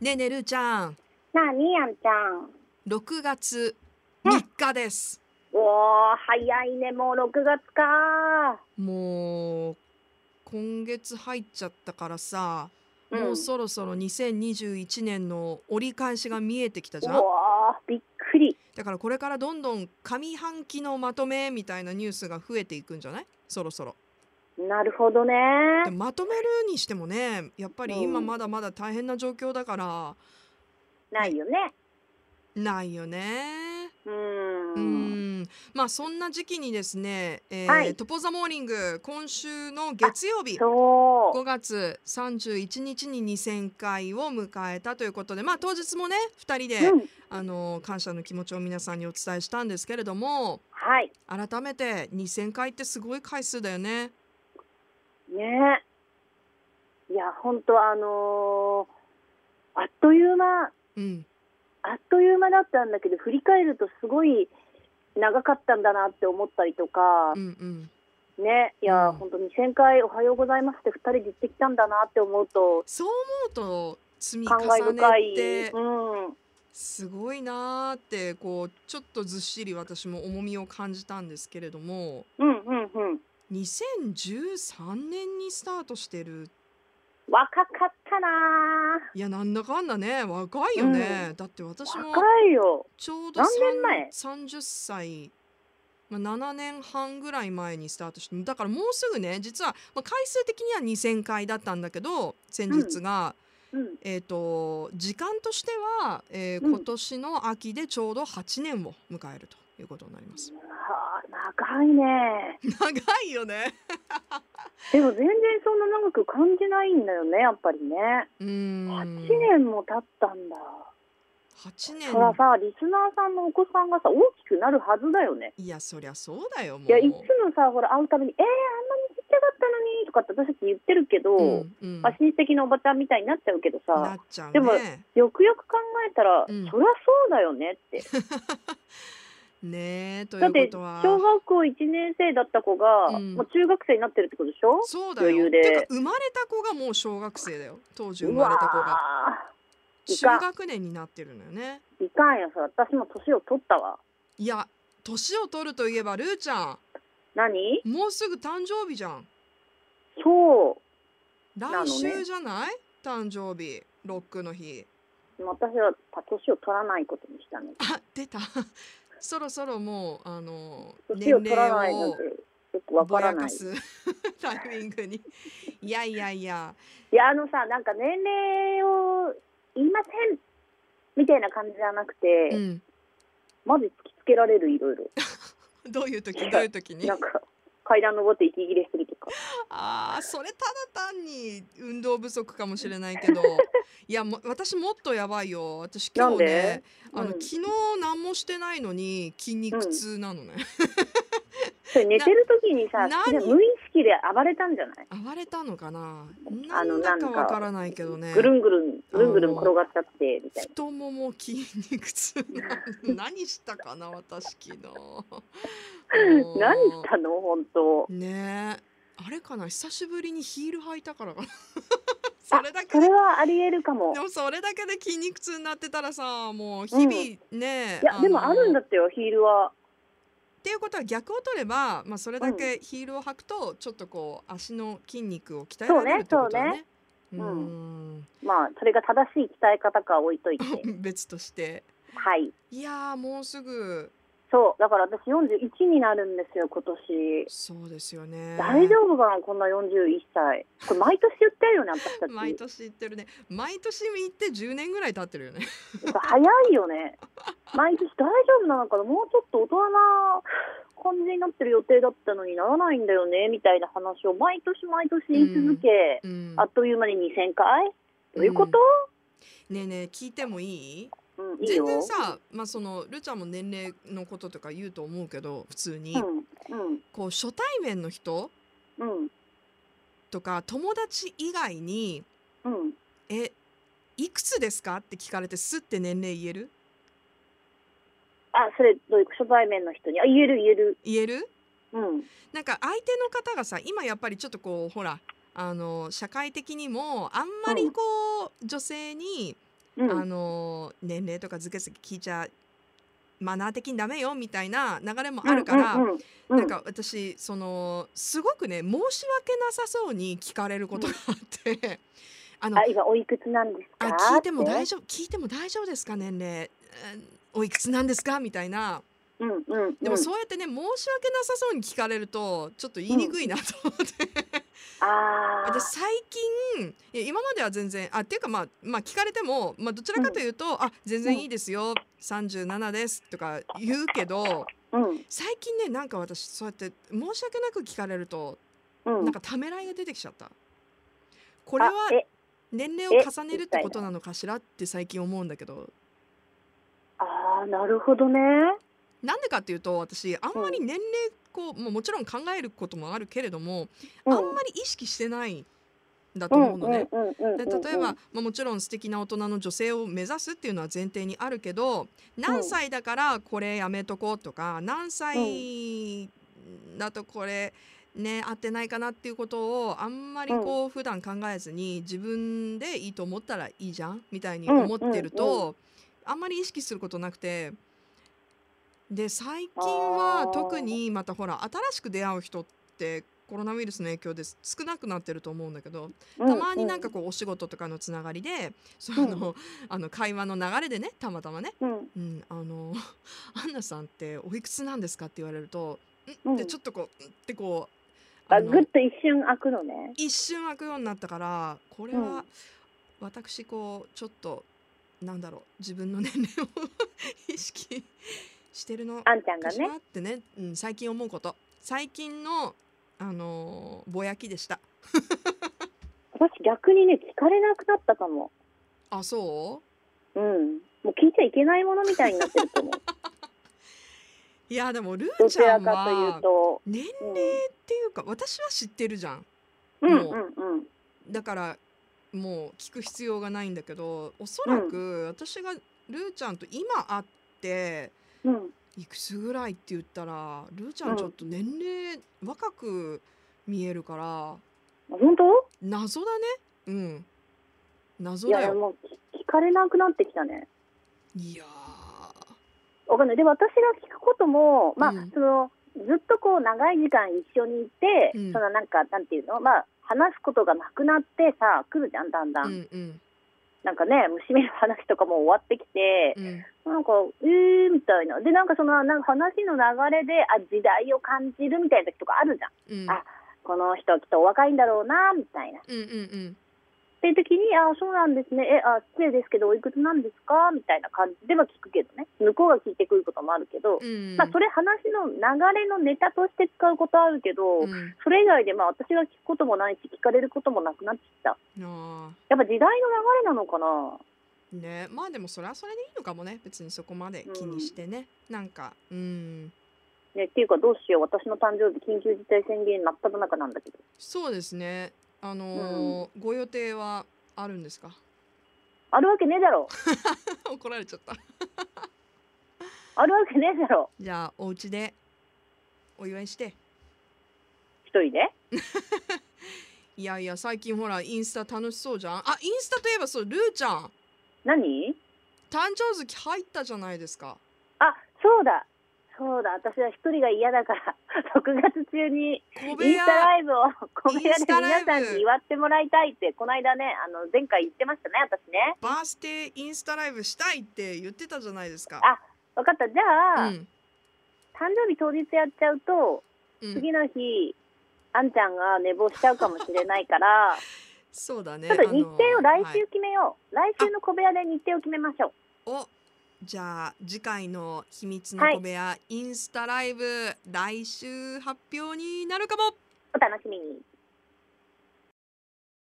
ねえねるちゃん、なあ、みやんちゃん。 6月3日です。おー、早いね、もう6月か。もう今月入っちゃったからさ、もうそろそろ2021年の折り返しが見えてきたじうゃん。わー、びっくり。だからこれからどんどん上半期のまとめみたいなニュースが増えていくんじゃないそろそろ。なるほどね。でまとめるにしてもね、やっぱり今まだまだ大変な状況だからないよね。ないよね。ううーん。んまあそんな時期にですね、えーはいトポザモーニング今週の月曜日そう。 5月31日に2000回を迎えたということでまあ当日もね2人で、うん。あの感謝の気持ちを皆さんにお伝えしたんですけれどもはい。改めて2000回ってすごい回数だよね。ねいや、ほんと、あのーあっという間、うん、あっという間だったんだけど、振り返るとすごい長かったんだなって思ったりとかうん、、うんね。いや、うんほんと2000回おはようございますって2人で言ってきたんだなって思うと、そう思うと積み感慨重深ねっいて、うん、すごいなーってこうちょっとずっしり私も重みを感じたんですけれども。うんうんうん2013年にスタートしてる若かったないやなんだかんだね若いよね、だって私ーも若いよちょうど何年前さん30歳、まあ、7年半ぐらい前にスタートしてだからもうすぐね実は、まあ、回数的には2,000回だったんだけど先日が、うんえっ、と時間としては、えーうん今年の秋でちょうど8年を迎えるということになります。あー長いね長いよねでも全然そんな長く感じないんだよねやっぱりねうーん8年も経ったんだ8そ年らさリスナーさんのお子さんがさ大きくなるはずだよねいやそりゃそうだよもういやいつもさほら会うたびに「えー、あんなにちっちゃかったのに」とかって私たち言ってるけど、うんうんまあ、親戚のおばちゃんみたいになっちゃうけどなさっちゃうねでもよくよく考えたら、うんそりゃそうだよねってねえといだっうてことは小学校1年生だった子が、うんもう中学生になってるってことでしょそうだよ余裕でてか生まれた子がもう小学生だよ当時生まれた子うわがーい中かん学年になってるのよねいかんよそれ私も年を取ったわいや年を取るといえばルーちゃ何んもうすぐ誕生日じゃんそなの来ね週じゃない、誕生日ロックの日う私は年を取らないことにしたのあ出た そろそろもうあの年年を取らな齢いのをでよくわぼからやなかいす タイミングにいやいやいやいやあのさなんか年齢を言いませんみたいな感じじゃなくて、うんまず突きつけられるいろいろどういう時どういう時になんか階段登って息切れするとかあーそれただ単に運動不足かもしれないけど いやも私もっとやばいよ私今日ねあなんの、でう昨ん日何もしてないのに筋肉痛なのね、 それ寝てる時にさな無何意識で暴れたんじゃない暴れたのかななあのんだかなんかわからないけどねぐるんぐるんぐるんぐるん転がっちゃってみたいな。太もも筋肉痛なの 何したかな私昨日もう 何したの本当。ねえあれかな久しぶりにヒール履いたからかな それだけそれはありえるかもで。もそれだけで筋肉痛になってたらさもう日々ね、いやのでもあるんだっってよヒールは。ていうことは逆を取れば、まあ、それだけヒールを履くとちょっとこう足の筋肉を鍛えられるってことだね。ううねんまあそれが正しい鍛え方かは置いといて。別としてはい。いやーもうすぐそうだから私41になるんですよ今年。そうですよね大丈夫かなこんな41歳。これ毎年言ってるよね私たち。毎年行ってるね毎年行って10年ぐらい経ってるよねやっぱ早いよね。毎年大丈夫なのかなもうちょっと大人な感じになってる予定だったのにならないんだよねみたいな話を毎年毎年言い続け。うんあっという間に2000回どういうこと、ねえねえ聞いてもいいうんいい全よ。然さ、まあ、そのるちゃんも年齢のこととか言うと思うけど普通に、うん、うん、こう初対面の人うん、とか友達以外にうん。 「えいくつですか?」って聞かれてすって年齢言えるあ、それ、どういう初対面の人に。あ、言える言える。言えるうん、なんか相手の方がさ今やっぱりちょっとこうほらあの社会的にもあんまりこう、女性にうんあの年齢とかずけずけ聞いちゃマナー的にダメよみたいな流れもあるから、うんうんうんなんか私そのすごくね申し訳なさそうに聞かれることがあって、あのあ今おいくつなんですあか聞いても大丈丈夫聞いても大丈夫ですか年齢、うんおいくつなんですかみたいな夫、うんうんうん、でもそうやってね申し訳なさそうに聞かれるとちょっと言いにくいなと思って、あー私最近いや今までは全然あっていうかまあまあ聞かれても、まあ、どちらかというと「あ全然いいですよ37です」とか言うけどうん最近ねなんか私そうやって申し訳なく聞かれるとうんなんかためらいが出てきちゃった。これはあえ年齢を重ねるってことなのかしらって最近思うんだけどあーなるほどねなんでかっていうと私あんまり年齢こうもうもちろん考えることもあるけれどもあうんんまり意識してないんだと思うのね。うんうんうんうんでう例んえば、まあ、もちろん素敵な大人の女性を目指すっていうのは前提にあるけど何歳だからこれやめとこうとか何歳だとこれね合ってないかなっていうことをあんまりこう普段考えずに自分でいいと思ったらいいじゃんみたいに思ってるうんうんとあんまり意識することなくて。で最近はあー特にまたほら新しく出会う人ってコロナウイルスの影響で少なくなってると思うんだけどたまになんかこうお仕事とかのつながりでそのあの会話の流れでねたまたまねうんうん「うん、あの アンナさんっておいくつなんですか?」って言われると「ん?」うっんてちょっとこう「ん?」ってこうああぐっのと一瞬開くのね一瞬開くようになったからこれうはん私こうちょっとなんだろう自分の年齢を 意識してるのあんちゃんかがしねらってね、うん、最近思うこと最近のあのぼやきでした。私逆にね聞かれなくなったかもあそううんもう聞いちゃいけないものみたいになってると思ういやでもルーどちちゃらんかといは うと年齢っていうか私は知ってるじゃんうんうんもううんだからもう聞く必要がないんだけどおそらく私がルーちゃんと今会ってうんいくつぐらいって言ったらルーちゃうんんちょっと年齢若く見えるから本当謎だねうん謎いやだいやよもう聞聞かれなくなってきたねいやわかんないで私が聞くこともまあ、うんそのずっとこう長い時間一緒にいて、うんそのなんかなんていうのまあ話すことがなくなってさ来るじゃんだんだ、ーうんんうんなんかね虫目の話とかも終わってきて、うんなんかえーみたいなでなんかそのなんか話の流れであ時代を感じるみたいな時とかあるじゃんうんあこの人きっとお若いんだろうなみたいなっうんうんうんていう時にあそうなんですねえあ失礼ですけどおいくつなんですかみたいな感じでは聞くけどね向こうが聞いてくることもあるけど、うんまあ、それ話の流れのネタとして使うことあるけど、うんそれ以外でまあ私が聞くこともないし聞かれることもなくなってきたあーやっぱ時代の流れなのかなねまあでもそれはそれでいいのかもね別にそこまで気にしてね、なんかうんね、っていうかどうしよう私の誕生日緊急事態宣言真っ只中なんだけどそうですねあのーご予定はあるんですか あるわけねえだろ怒られちゃったあるわけねえだろじゃあお家でお祝いして一人でいやいや最近ほらインスタ楽しそうじゃんあインスタといえばそうルーちゃん何誕生月入ったじゃないですかあそうだそうだ私は一人が嫌だから 6月中に小部インス屋タライブを小部イン屋でスタライ皆ブさんに祝ってもらいたいってこの間ねあの前回言ってましたね私ねバースデーインスタライブしたいって言ってたじゃないですか分かったじゃあ、うん、誕生日当日やっちゃうとうん、次の日、あんちゃんが寝坊しちゃうかもしれないからそうだ ねちょっと日程を来あの週決めよう、来週の小部屋で日程を決めましょうおじゃあ次回の秘密の小部屋、インスタライブ来週発表になるかもお楽しみに